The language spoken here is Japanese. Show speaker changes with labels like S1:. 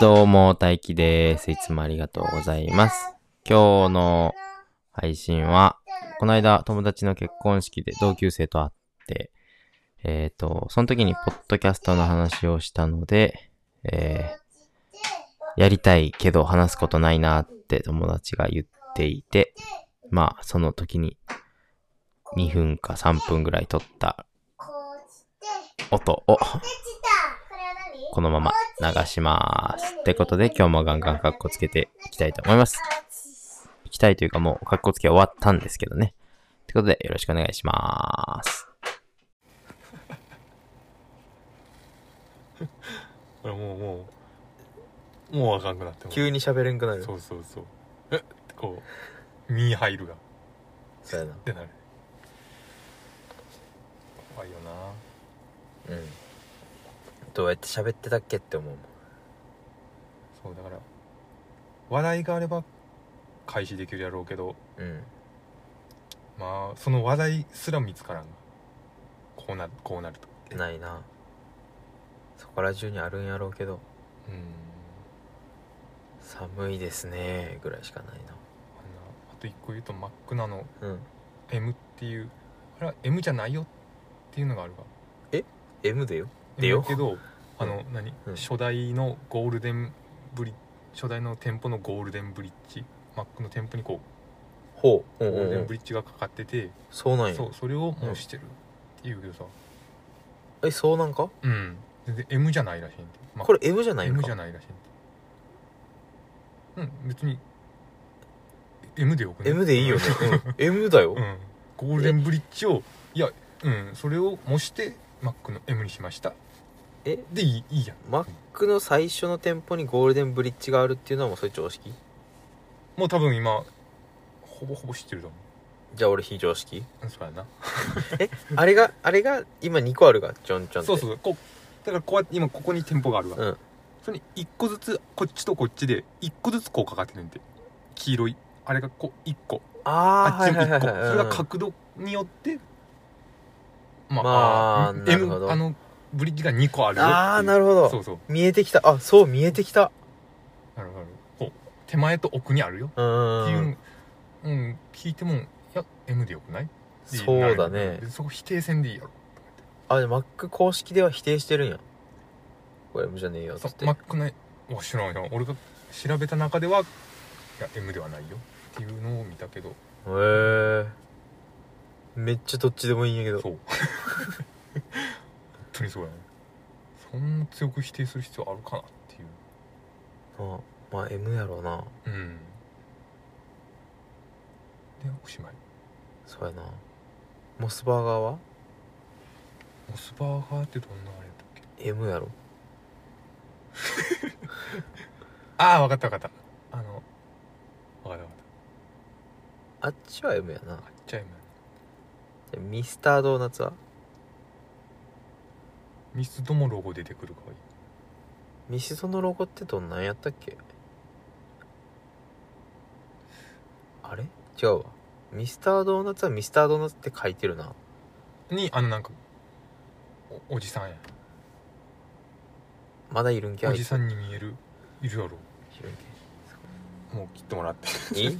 S1: どうも、大輝です。いつもありがとうございます。今日の配信は、この間友達の結婚式で同級生と会って、えっ、と、その時にポッドキャストの話をしたので、えーやりたいけど話すことないなって友達が言っていて、まあ、その時に2分か3分ぐらい撮った
S2: こうして
S1: 音
S2: で
S1: を
S2: きたこれは何
S1: このまま流します。ってことで今日もガンガンカッコつけていきたいと思います。いきたいというかもうカッコつけ終わったんですけどね。ってことでよろしくお願いします。
S3: これもうもうもうあかんくなっても
S4: 急に喋れんくなる
S3: そうそうそうえってこう身入るがっ
S4: そうやな
S3: てなる怖いよな
S4: うんどうやって喋ってたっけって思うもん
S3: そうだから話題があれば開始できるやろうけど
S4: うん
S3: まあその話題すら見つからんがこうなるこうなると
S4: ないなそこら中にあるんやろうけど
S3: うん
S4: 寒いですねぐらいしかない
S3: あんなあと一個言うとマックナの
S4: なうん
S3: M っていうあれは M じゃないよっていうのがあるが
S4: M でよでよ
S3: だけどあの何、
S4: うん
S3: 初代のゴールデンブリッ初代の店舗のゴールデンブリッジマックの店舗にこ
S4: ほうう
S3: うゴ
S4: ん
S3: ール
S4: う
S3: デ
S4: んう
S3: ン
S4: ん
S3: ブリッジがかかってて、
S4: そうなんや
S3: そうそれを
S4: う
S3: も
S4: ん
S3: うしてるっていうけどさ
S4: えそうなんか
S3: うん全然 M じゃないらしいんで、まあ
S4: これ M じゃないん
S3: M
S4: か
S3: じゃないらしいんでうん別に M でよくね
S4: M でいいよね、うん M だよ、
S3: うんゴールデンブリッジをいやうんそれを模してマックの M にしました
S4: え
S3: でいいいいやん
S4: マックの最初の店舗にゴールデンブリッジがあるっていうのはもうそれ常識
S3: もう多分今ほぼほぼ知ってると思う
S4: じゃあ俺非常識
S3: うんそうやな
S4: あれがあれが今2個あるがちょんちょんって
S3: そうそうそうこうだからこうやって今ここに店舗があるわ、
S4: うん
S3: それに一個ずつこっちとこっちで一個ずつこうかかってるんで黄色いあれがこう一個
S4: あー
S3: あっちも一個、
S4: はいはいはいはい
S3: それが角度によってま
S4: まあ
S3: ー
S4: なるほど
S3: M あのブリッジが2個あるよっていう
S4: あーなるほど
S3: そうそう
S4: 見えてきたあそう見えてきた
S3: なるほどこう手前と奥にあるよ
S4: う
S3: ってい
S4: ーん
S3: ううん、聞いてもいや M でよくないってい
S4: そうだね
S3: でそこ否定せんでいいやろ
S4: あでも Mac 公式では否定してるんやこれ M じゃねえよっつ
S3: そ
S4: って
S3: うマックねお知らんよ俺が調べた中ではいや M ではないよっていうのを見たけど
S4: へえめっちゃどっちでもいいんやけ ど
S3: そう本当にそうやねそんな強く否定する必要あるかなっていう
S4: あまあ M やろうな
S3: うんでおしまい
S4: そうやなモスバーガーは
S3: モスバーガーってどんなあれだったっけ
S4: M やろ
S3: ああ分かった分かったあの分かった分かっ
S4: あっちは M や
S3: た
S4: な
S3: あっちゃいま
S4: でミスタードーナツは
S3: ミスドもロゴ出てくるかわいい
S4: ミスドのロゴってどんなんやったっけあれ違うわミスタードーナツはミスタードーナツって書いてるな
S3: にあのなんかおおじさんや
S4: まだいるんけ
S3: おじさ
S4: ん
S3: んに見えるいるやろ
S4: いるんけ
S3: もう切ってもらって
S4: いい